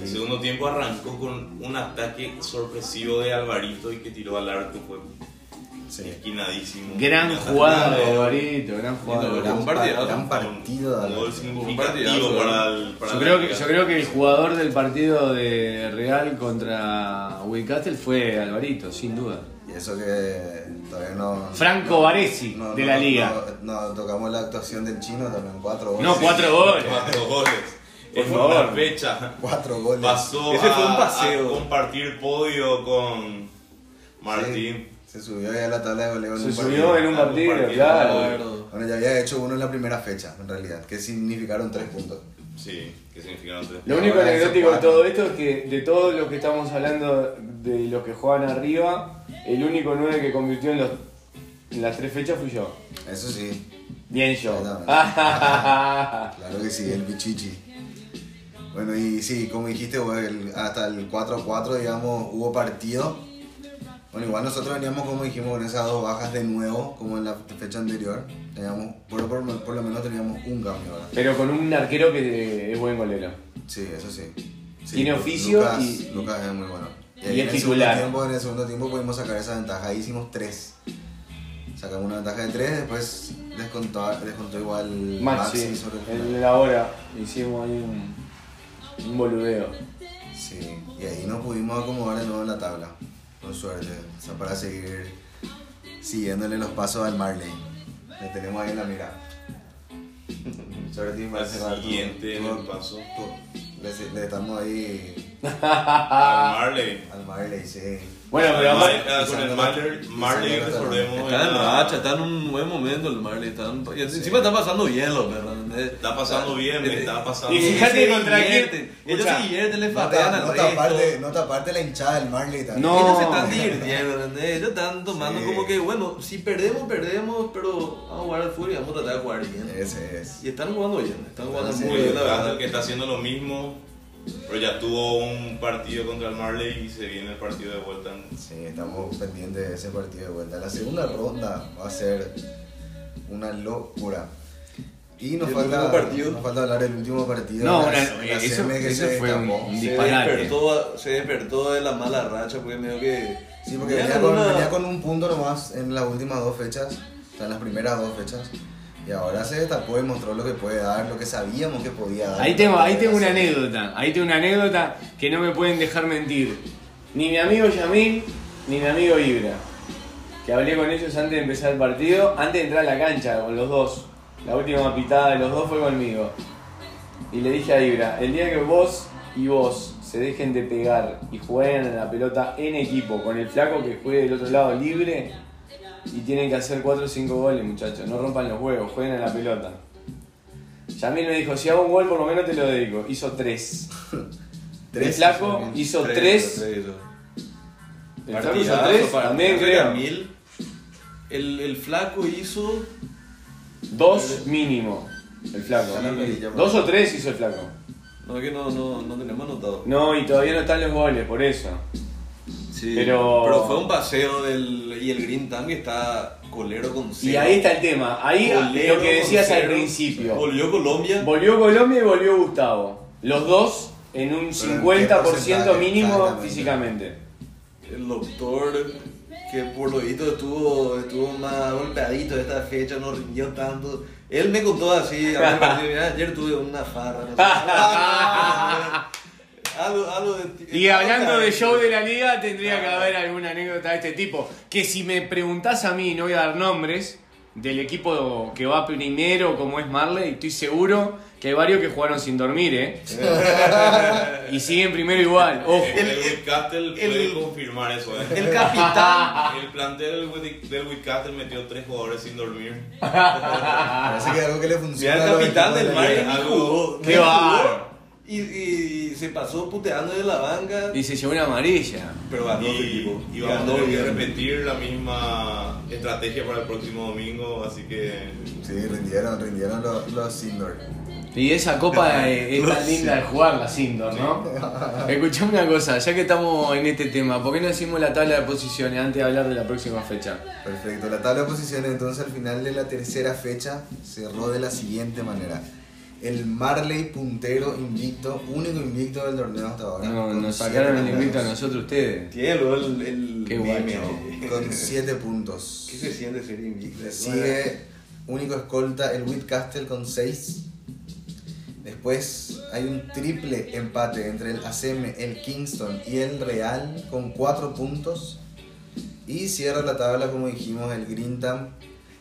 El segundo tiempo arrancó con un ataque sorpresivo de Alvarito y que tiró al arco, fue esquinadísimo. Gran Un ataque jugada de de- Alvarito, gran jugada de Gran, un Alvarito. partidazo. gran partido. Un gol Alonso. significativo para el. Para Yo la creo, que, liga. yo creo que el jugador del partido de Real contra Wicastle fue Alvarito, sin duda. Y eso que todavía no. Franco Baresi, no- de no- la no- liga. No, no, tocamos la actuación del chino también, 4 goles. No, <laughs> cuatro goles. Cuatro goles. Por en favor. una fecha. 4 goles. Pasó Ese fue un a- paseo. a compartir podio con Martín. Sí, se subió ya a la tabla de goleo en Se un subió en un partido, partido, claro. Bueno, ya había hecho uno en la primera fecha, en realidad, que significaron 3 puntos. Sí, que significaron tres. Lo único Ahora anecdótico de cuatro. todo esto es que de todos los que estamos hablando de los que juegan arriba, el único 9 que convirtió en, los, en las tres fechas fui yo. Eso sí, Bien yo. <laughs> claro que sí, el bichichi. Bueno, y sí, como dijiste, vos, el- hasta el 4-4, digamos, hubo partido. Bueno, igual nosotros veníamos, como dijimos, con esas dos bajas de nuevo, como en la fecha anterior. Teníamos, por, por- por lo menos teníamos un cambio ahora. Pero con un arquero que es buen golero. Sí, eso sí. Sí, Tiene Lu- oficio Lucas, y- Lucas es muy bueno. y ahí es en el segundo titular. tiempo- en el segundo tiempo pudimos sacar esa ventaja. Ahí hicimos tres. Sacamos una ventaja de tres, después descontó, descontó igual Maxi, Maxi, sobre el final. en la hora hicimos ahí un, un boludeo. Sí, y ahí nos pudimos acomodar de nuevo en la tabla. Con suerte. O sea, para seguir siguiéndole los pasos al Marley. Le tenemos ahí en la mira. <laughs> Sobre ti, para Al cerrar tu- siguiente en tu- el paso. tu- le, le estamos ahí Al Ah. Marley. al Marley, sí. Bueno, pero Además, aparte- eh, con el Marley, Marley recordemos. Está en era- racha, está en un buen momento el Marley. Están, y encima está pasando bien Eh, los perros. ¿entendés? Está pasando bien, Eh, me está pasando Y Ellos bien. fíjate se contra quién- divierten, Ellos Escucha, se divierten, les patean Nota, al nota, aparte, resto. nota aparte la hinchada del Marley también. No. Ellos se están divirtiendo, ¿entendés? Ellos están tomando Sí. como que, bueno, si perdemos, perdemos, pero vamos a jugar al fútbol y vamos a tratar de jugar bien. Ese es. Y están jugando bien, están jugando Eh. Sí, muy Muy bien, bien, la Castle verdad. que está haciendo lo mismo, pero ya tuvo un partido contra el Marley y se viene el partido de vuelta. en- Sí, estamos pendientes de ese partido de vuelta. La segunda ronda va a ser una locura. Y nos El falta, último partido. nos falta hablar del último partido. No, la- una- la eso- CM que eso se fue un- escapó. un Se disparate. despertó, se despertó de la mala racha porque medio que. Sí, porque Tenían venía con, una- venía con un punto nomás en las últimas dos fechas, o sea, en las primeras dos fechas. Y ahora se destapó y mostró lo que puede dar, lo que sabíamos que podía dar. Ahí tengo, ahí tengo una anécdota, ahí tengo una anécdota que no me pueden dejar mentir. Ni mi amigo Yamil, ni mi amigo Ibra. Que hablé con ellos antes de empezar el partido, antes de entrar a la cancha con los dos. La última pitada de los dos fue conmigo. Y le dije a Ibra, el día que vos y vos se dejen de pegar y jueguen a la pelota en equipo con el flaco que juegue del otro lado libre y tienen que hacer 4 o 5 goles muchachos, no rompan los huevos, jueguen a la pelota. Yamil me dijo, si hago un gol por lo menos te lo dedico. Hizo 3. el flaco hizo 3 tres, hizo. el Flaco hizo tres, también creo. Mil. El, el flaco hizo. Dos mínimo. El flaco. Ya la pedí, ya Dos o tres hizo el flaco. No, que no, no, no tenemos anotado. No, y todavía no están los goles, por eso. Sí, Pero- fue un paseo del. Y el Green Tank está colero con cero. Y ahí está el tema. Ahí Colero lo que con decías al cero. principio. Volvió Colombia. Volvió Colombia y volvió Gustavo. Los dos en un Pero en 50% porcentaje, mínimo exactamente. físicamente. El doctor que por lo visto estuvo, estuvo más golpeadito esta fecha, no rindió tanto. Él me contó así, a mí me <laughs> pareció, "Mira, ayer tuve una farra. no <laughs> sé". <laughs> Algo- algo de- Y hablando de show de la liga, tendría que haber alguna anécdota de este tipo. Que si me preguntás a mí, no voy a dar nombres, del equipo que va primero, como es Marley, estoy seguro que hay varios que jugaron sin dormir, ¿eh? y siguen primero igual, ojo. El, el Whitcastle puede el- confirmar eso. ¿eh? El capitán. El plantel del- del Whitcastle metió tres jugadores sin dormir. Parece que algo que le funciona. <laughs> Mira, el a los capitán equipos del de la liga. Bayern ni Ah, jugó. Qué ni jugó, bárbaro. Y, y se pasó puteando de la banca. Y se llevó una amarilla. Pero ganó el equipo. Y, y vamos a Ganó, tener que obviamente. repetir la misma estrategia para el próximo domingo, así que Sí, rindieron, rindieron los, los Sindor. Y esa copa eh, es tan linda de jugarla, Sindor, ¿no? Escuchame una cosa, ya que estamos en este tema, ¿por qué no hicimos la tabla de posiciones antes de hablar de la próxima fecha? Perfecto, la tabla de posiciones entonces al final de la tercera fecha cerró de la siguiente manera. El Marley puntero invicto, único invicto del torneo hasta ahora. No, con nos siete sacaron el puntos. invicto a nosotros ustedes. Tiene luego el. el Qué meme, guacho. ¿eh? Con 7 puntos. ¿Qué se siente ser invicto? Le sigue único escolta el Whitcastle con 6. Después hay un triple empate entre el ACM, el Kingston y el Real con 4 puntos. Y cierra la tabla, como dijimos, el Grintam,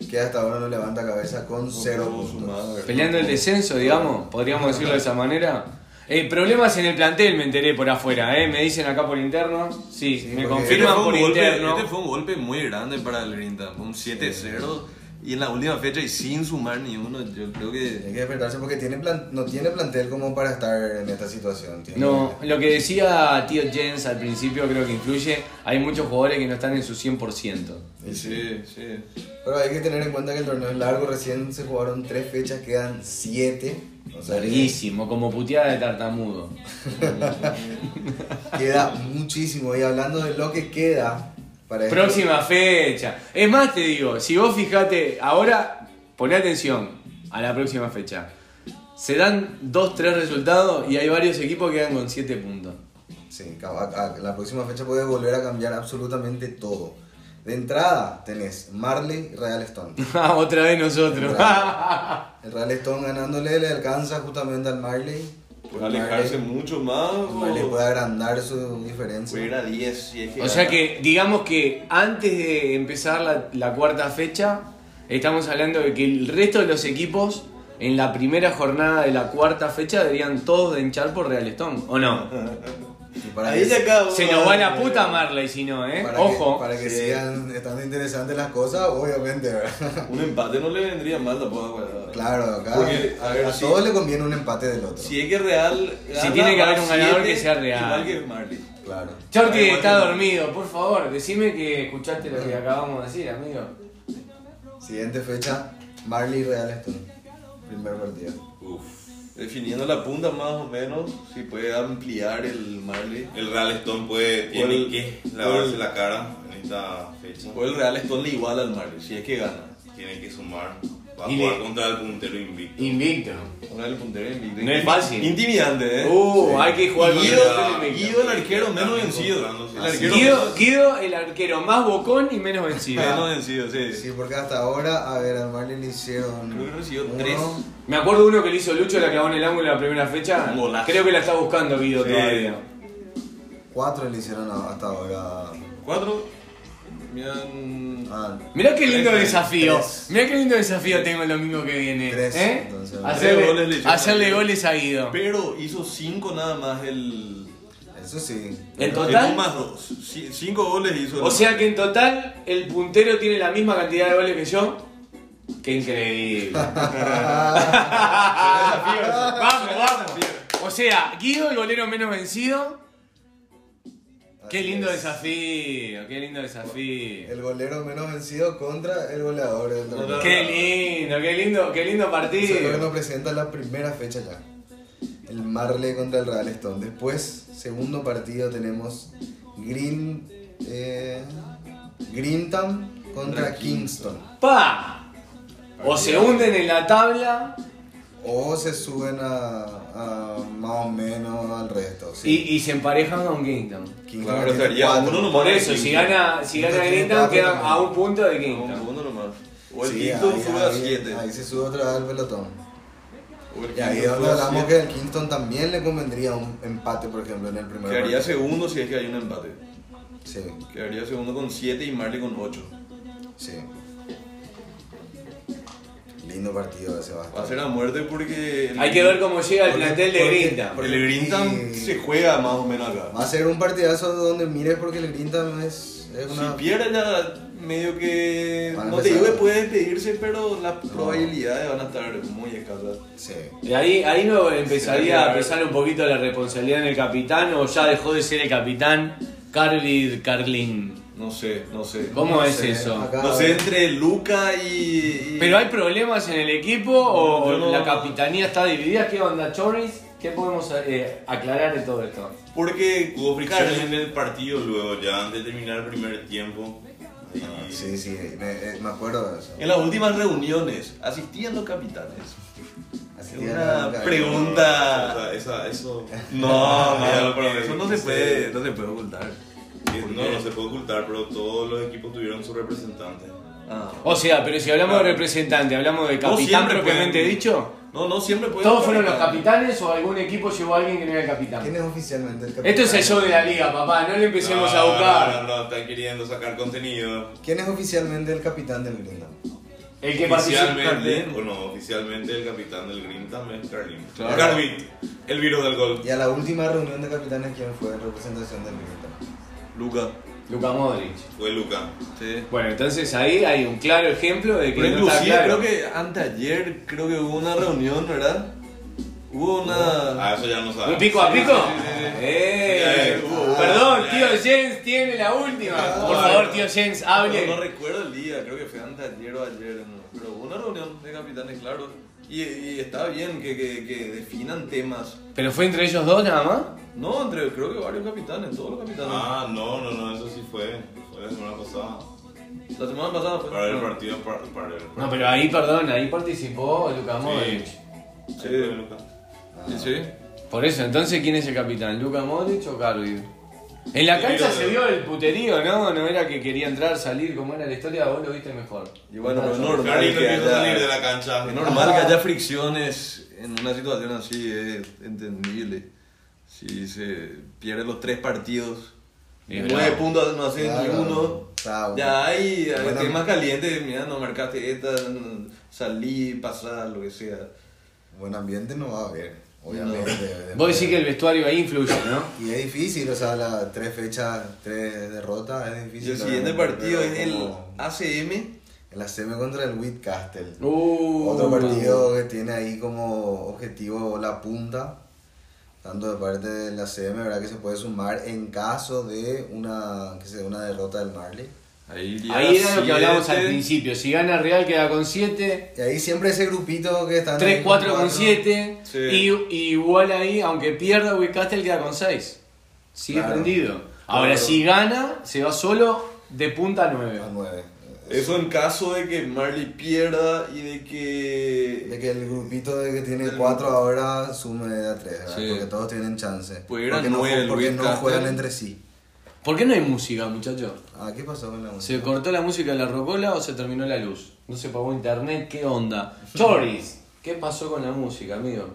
que hasta ahora no levanta cabeza con 0 Vamos sumado, puntos. ¿verdad? Peleando el descenso, digamos, podríamos decirlo de esa manera. Eh, problemas en el plantel, me enteré por afuera, ¿eh? Me dicen acá por interno. Sí, Sí, me porque- Este fue, confirman un por golpe, interno. este fue un golpe muy grande para el Green Thumb, un 7-0 y en la última fecha y sin sumar ni uno, yo creo Hay que... que despertarse porque tiene plan- no tiene plantel como para estar en esta situación. tiene- No, lo que decía tío Jens al principio creo que influye. Hay muchos jugadores que no están en su 100%. Sí, sí, sí. Pero hay que tener en cuenta que el torneo es largo, recién se jugaron 3 fechas, quedan 7. O sea, que- Larguísimo, como puteada de tartamudo. Queda muchísimo. Y hablando de lo que queda para este- Próxima fecha. Es más, te digo, si vos fijate, ahora poné atención a la próxima fecha. Se dan 2-3 resultados y hay varios equipos que quedan con 7 puntos. Sí, a- a- la próxima fecha puede volver a cambiar absolutamente todo. De entrada tenés Marley y Real Stone. <laughs> Ah, Otra vez nosotros. El Real Stone ganándole le alcanza justamente al Marley. Puede alejarse Marley, mucho más el Marley o puede agrandar su diferencia. puede ir a 10 si es <laughs> que o sea gana. que, digamos que antes de empezar la, la cuarta fecha, estamos hablando de que el resto de los equipos en la primera jornada de la cuarta fecha deberían todos de hinchar por Real Stone, ¿o <laughs> no? Y para Ahí que- se acabó. eh, Se nos va la puta Marley si no, ¿eh? para que- Ojo. para que sigan estando interesantes las cosas, obviamente, ¿verdad? <laughs> Un empate no le vendría mal tampoco. ¿verdad? Claro, acá Porque, a a, ver, a sí. todos le conviene un empate del otro. Si es que Real... gana, tiene que va haber un ganador siete, que sea Real. Igual que Marley. Claro. Chorti Ah, igual está que no. dormido, por favor, decime que escuchaste lo que acabamos de decir, amigo. Siguiente fecha, Marley Real Stone. Primer partido. Definiendo la punta más o menos, si puede ampliar el Marley. el Real Stone puede, tiene Gol. que lavarse Gol. la cara en esta fecha. O el Real Stone le igual al Marley, si es que gana. Tiene que sumar. Va a Y jugar le- contra el puntero invicto. Invicto. Contra el puntero invicto. No es fácil. Intimidante, ¿eh? Uh, hay que jugar con Guido, el invicto. Guido, el arquero menos vencido. El arquero Guido, Guido, el arquero más bocón y menos <laughs> vencido. menos vencido, sí. Sí, porque hasta ahora, a ver, al Marley le hicieron. Creo que recibió uno. tres. Me acuerdo uno que le hizo Lucho, la clavó en el ángulo en la primera fecha. Uh, Un golazo. Creo que la está buscando Guido Sí. todavía. Cuatro le hicieron a- hasta ahora. Cuatro. Miran. Ah, Mirá qué lindo Tres, desafío. tres. Mirá qué lindo desafío tengo el domingo que viene. Tres, ¿eh? entonces. hacerle, Tres goles le hicieron. hacerle goles a Guido. Pero hizo cinco nada más el. eso sí. En el total. más dos. Ci- Cinco goles hizo. el- O sea que en total el puntero tiene la misma cantidad de goles que yo. Qué <laughs> increíble. vamos, vamos. O sea, Guido, el golero menos vencido. Qué Así lindo es. desafío, qué lindo desafío. El golero menos vencido contra el goleador del torneo. Qué lindo, qué lindo, qué lindo Eso es lo que partido. nos presenta la primera fecha ya. El Marley contra el Real Stone. Después, segundo partido, tenemos Green. Eh, Greentown contra Kingston. ¡Pa! O se hunden en la tabla O se suben a, a más o menos al resto. Sí. y, y se emparejan con Kingston. Kingston Claro, tiene estaría cuatro. uno nomás. Por eso, si gana, si gana Kingston tiene Kingston, cuatro quedan también. a un punto de Un Kingston. segundo nomás. O el Sí, quinto ahí- sube a ahí- siete. Ahí se sube otra vez al pelotón. O el Y ahí quinto es donde sube a hablamos siete. que al Kingston también le convendría un empate, por ejemplo, en el primer Quedaría partido. segundo si es que hay un empate. Sí, Quedaría segundo con siete y Marley con ocho. sí. Lindo partido ese va a estar. Va a ser a muerte porque. el- Hay que ver cómo llega el Porque- plantel de porque- Greentown. El Grintam Sí. se juega más o menos acá. Va a ser un partidazo donde mires porque el Greentown es, es una... Si pierde ya medio que... Van a No te digo que empezar. puede despedirse, pero las probabilidades van a estar muy escasas. Sí. Y ahí, ahí no Sí, empezaría a claro. pesar un poquito la responsabilidad en el capitán o ya dejó de ser el capitán Carly Carlin. No sé, no sé. ¿Cómo No es sé, eso? acá- No sé, entre Luca y... y- ¿Pero hay problemas en el equipo o Yo no- la capitanía está dividida? ¿Qué onda, Choris? ¿Qué podemos eh, aclarar de todo esto? Porque... Hubo fricciones Carlin- en el partido luego, ya antes de terminar el primer tiempo. Y- Ah, Sí, sí, me, eh, me acuerdo de eso. En las últimas reuniones, asistían los capitanes. Así que Es una nunca- pregunta... Esa, eso. eh, No, Mira, no, pero que- Ah, eso no se puede, no se puede ocultar. que- No, no se puede ocultar, pero todos los equipos tuvieron su representante. Ah. O sea, pero si hablamos de representante, hablamos de No capitán siempre propiamente pueden- dicho. No, no siempre puede ¿Todos fueron los capitanes o algún equipo llevó a alguien que no era el ¿Quién capitán? es oficialmente el capitán? Esto es el show de la liga, papá, no le empecemos a No, buscar. no, no, están queriendo sacar contenido. ¿Quién es oficialmente el capitán del Greentown? El que Oficialmente, participa. o no, oficialmente el capitán del Green también es Carlin. Claro. Carlin, el virus del gol. Y a la última reunión de capitanes, ¿quién fue en representación del Greentown? Luca. Luka Modric. Fue Luca. Sí. Bueno, entonces ahí hay un claro ejemplo de que Pero no está inclusive claro. creo que anteayer creo que hubo una reunión, ¿verdad? Hubo una... Ah, eso ya no sabe. ¿Un pico a pico? sí, sí. ¡Eh! Ya, uh, Perdón, ya. tío Jens tiene la última. Por no, favor, no. tío Jens, No, no hable. recuerdo el día, creo que fue anteayer o ayer, ¿no? pero hubo una reunión de capitanes, claro. Y, y está bien que, que- que definan temas. ¿Pero fue entre ellos dos nada más? No, entre creo que varios capitanes, todos los capitanes. Ah, no, no, no, eso sí fue. Fue la semana pasada. La semana pasada fue... Para el no. partido, para, para el. No, pero ahí, perdón, ahí participó Luka Modric. Sí, fue Luca. Sí, sí. Por eso, entonces, ¿quién es el capitán? ¿Luka Modric o Cardiff? En la Sí, cancha no, se no. vio el puterío, ¿no? No era que quería entrar, salir, como era la historia, vos lo viste mejor. Y bueno, pero es normal Carlin no que quiso haya- salir de la cancha. Es normal <laughs> que haya fricciones en una situación así, es entendible. Si se pierde los tres partidos, Es nueve bravo. puntos no hace Claro. ni uno. Está bueno. Ya hay eh, hay Bueno. temas calientes, mira, no marcaste esta, no- salí, pasar, lo que sea. Buen ambiente no va a haber, obviamente. Vos decís que el vestuario ahí influye, ¿no? Y es difícil, o sea, las tres fechas, tres derrotas, es Y difícil. el siguiente obviamente, partido pero es el como ACM. El ACM contra el Whitcastle. Uh. Otro partido que tiene ahí como objetivo la punta, tanto de parte del ACM, ¿verdad? Que se puede sumar en caso de una, que sea, una derrota del Marley. Ahí, Ahí era lo que hablábamos al siete. principio. Si gana Real, queda con 7. Y ahí siempre ese grupito que están... 3, ahí con 4 con cuatro. 7. Sí. Y, y igual ahí, aunque pierda, Wicastle queda con 6. Sigue Claro. prendido. Ahora, Claro. si gana, se va solo de punta a 9. A nueve. Eso en caso de que Marley pierda y de que. De que el grupito de que tiene cuatro ahora sume a tres, ¿verdad? Sí. Porque todos tienen chance. Pues eran porque no, nueve, ju- porque Luis no Castel. juegan entre sí. ¿Por qué no hay música, muchachos? Ah, ¿qué pasó con la ¿Se música? cortó la música de la rocola o se terminó la luz? ¿No se pagó internet? ¿Qué onda? Choris, ¿qué pasó con la música, amigo?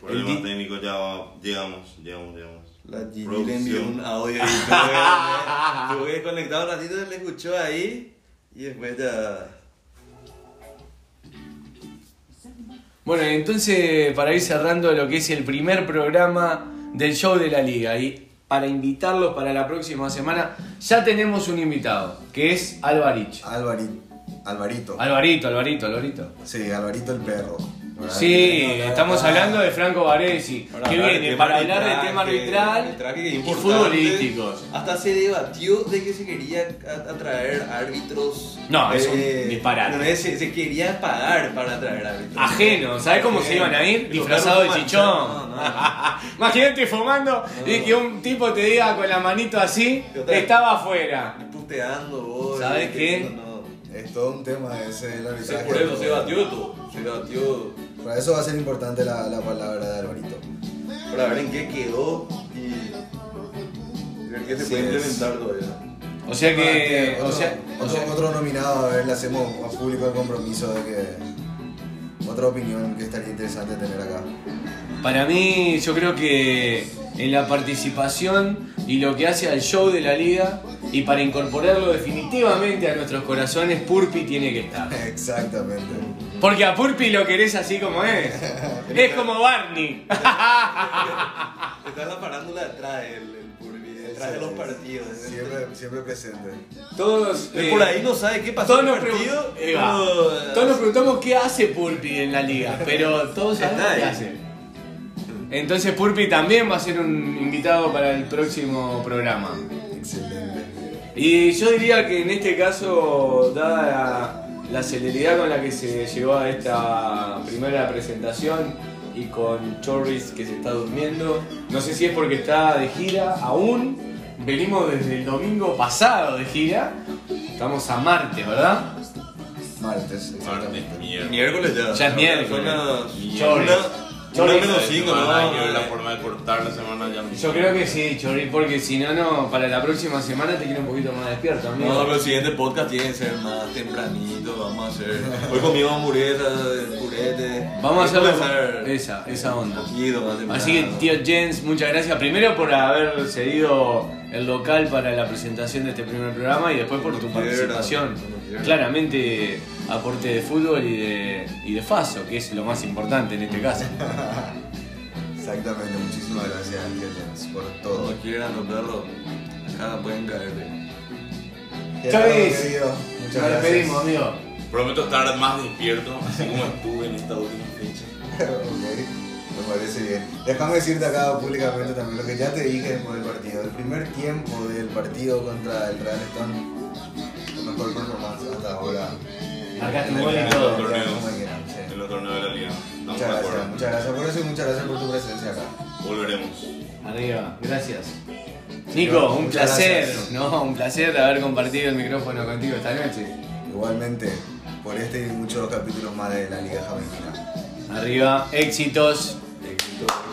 Problema di- técnico, ya va- llegamos, llegamos, llegamos. La Gigi le envió Producción. un audio y <laughs> tuve, tuve que desconectar un ratito, le escuchó ahí y después ya. Bueno, entonces, para ir cerrando lo que es el primer programa del show de la liga y para invitarlos para la próxima semana, ya tenemos un invitado, que es Alvarich. Alvari- Alvarito. Alvarito, Alvarito, Alvarito. Sí, Alvarito el perro. ¿verdad? Sí, Que- estamos Ah, hablando de Franco Baresi, Para que hablar de viene tema eh, para hablar del arbitraje, tema arbitral arbitraje que es y importante. futbolísticos. Hasta se debatió de que se quería a- atraer árbitros. eh, No, es un disparate. no, se, se quería pagar para atraer árbitros. Ajenos, ¿sabes cómo se Ajenos. iban a ir? Los Disfrazados de carros chichón. manchados, no, no. <laughs> Imagínate fumando y que un tipo te diga con la manito así, Yo también. estaba afuera. puteando vos. ¿Sabes y que qué? No, Es todo un tema ese el Sí, arbitraje. por eso se batió todo. Se batió Para eso va a ser importante la, la palabra de Alvarito. para ver en qué quedó y ver qué se puede Así es. implementar todavía. O sea Ah, que. que O otro, sea, o otro- sea- otro nominado, a ver, le hacemos a público el compromiso de que. Otra opinión que estaría interesante tener acá. Para mí, yo creo que en la participación y lo que hace al show de la liga y para incorporarlo definitivamente a nuestros corazones, Purpi tiene que estar. Exactamente. Porque a Purpi lo querés así como es. Es como Barney. Está en la farándula atrás el, el Purvi, detrás de los partidos. ¿eh? Siempre, siempre presente. Todos. Eh, eh, por ahí no sabe qué pasó Todos en nos, el partido. pregun- Ahí va. pero- Todos nos preguntamos qué hace Purpi en la liga, pero todos sabemos Está qué ahí. hace. Entonces Purpi también va a ser un invitado para el próximo programa. Excelente. Y yo diría que en este caso, dada la, la celeridad con la que se llegó a esta primera presentación y con Chorris que se está durmiendo, no sé si es porque está de gira aún, venimos desde el domingo pasado de gira, estamos a martes, ¿verdad? Martes, exactamente. Martes, miércoles. Miércoles ya. Ya es miércoles. Chorri. Chorri. Chorri. Una menos cinco, La semana, ¿no? yo La forma de cortar la semana ya. Yo creo que sí, Chori, porque si no, no, para la próxima semana te quiero un poquito más despierto, amigo. No, pero el siguiente podcast tiene que ser más tempranito. Vamos a hacer. Hoy comimos hamburguesas, purete. Vamos a Hay que hacerlo empezar esa, esa un onda. poquito más temprano. Así que, tío Jens, muchas gracias primero por haber cedido el local para la presentación de este primer programa y después por tu Cuando quiera, participación. cuando quiera. Claramente, aporte de fútbol y de, y de Faso, que es lo más importante en este caso. Exactamente. Muchísimas gracias, Ángel, por todo. Cuando quieran los perros, acá pueden caerle. Chavis, Querido, Nos Muchas gracias. <laughs> despedimos, amigo. Prometo estar más despierto, así como estuve en esta última fecha. Ok, me parece bien. Déjame decirte acá públicamente también lo que ya te dije después del partido. El primer tiempo del partido contra el Real Stone, la mejor performance hasta ahora. Marcaste un En gol el y todo. torneo, como quieran, sí. En los torneos de la liga. Estamos Muchas de gracias, acuerdo. muchas gracias por eso y muchas gracias por tu presencia acá. Volveremos. Arriba, gracias. Nico, un Muchas placer, gracias. no, un placer haber compartido el micrófono contigo esta noche. Igualmente, por este y muchos capítulos más de la Liga Jamaicana. Arriba, éxitos. Éxitos.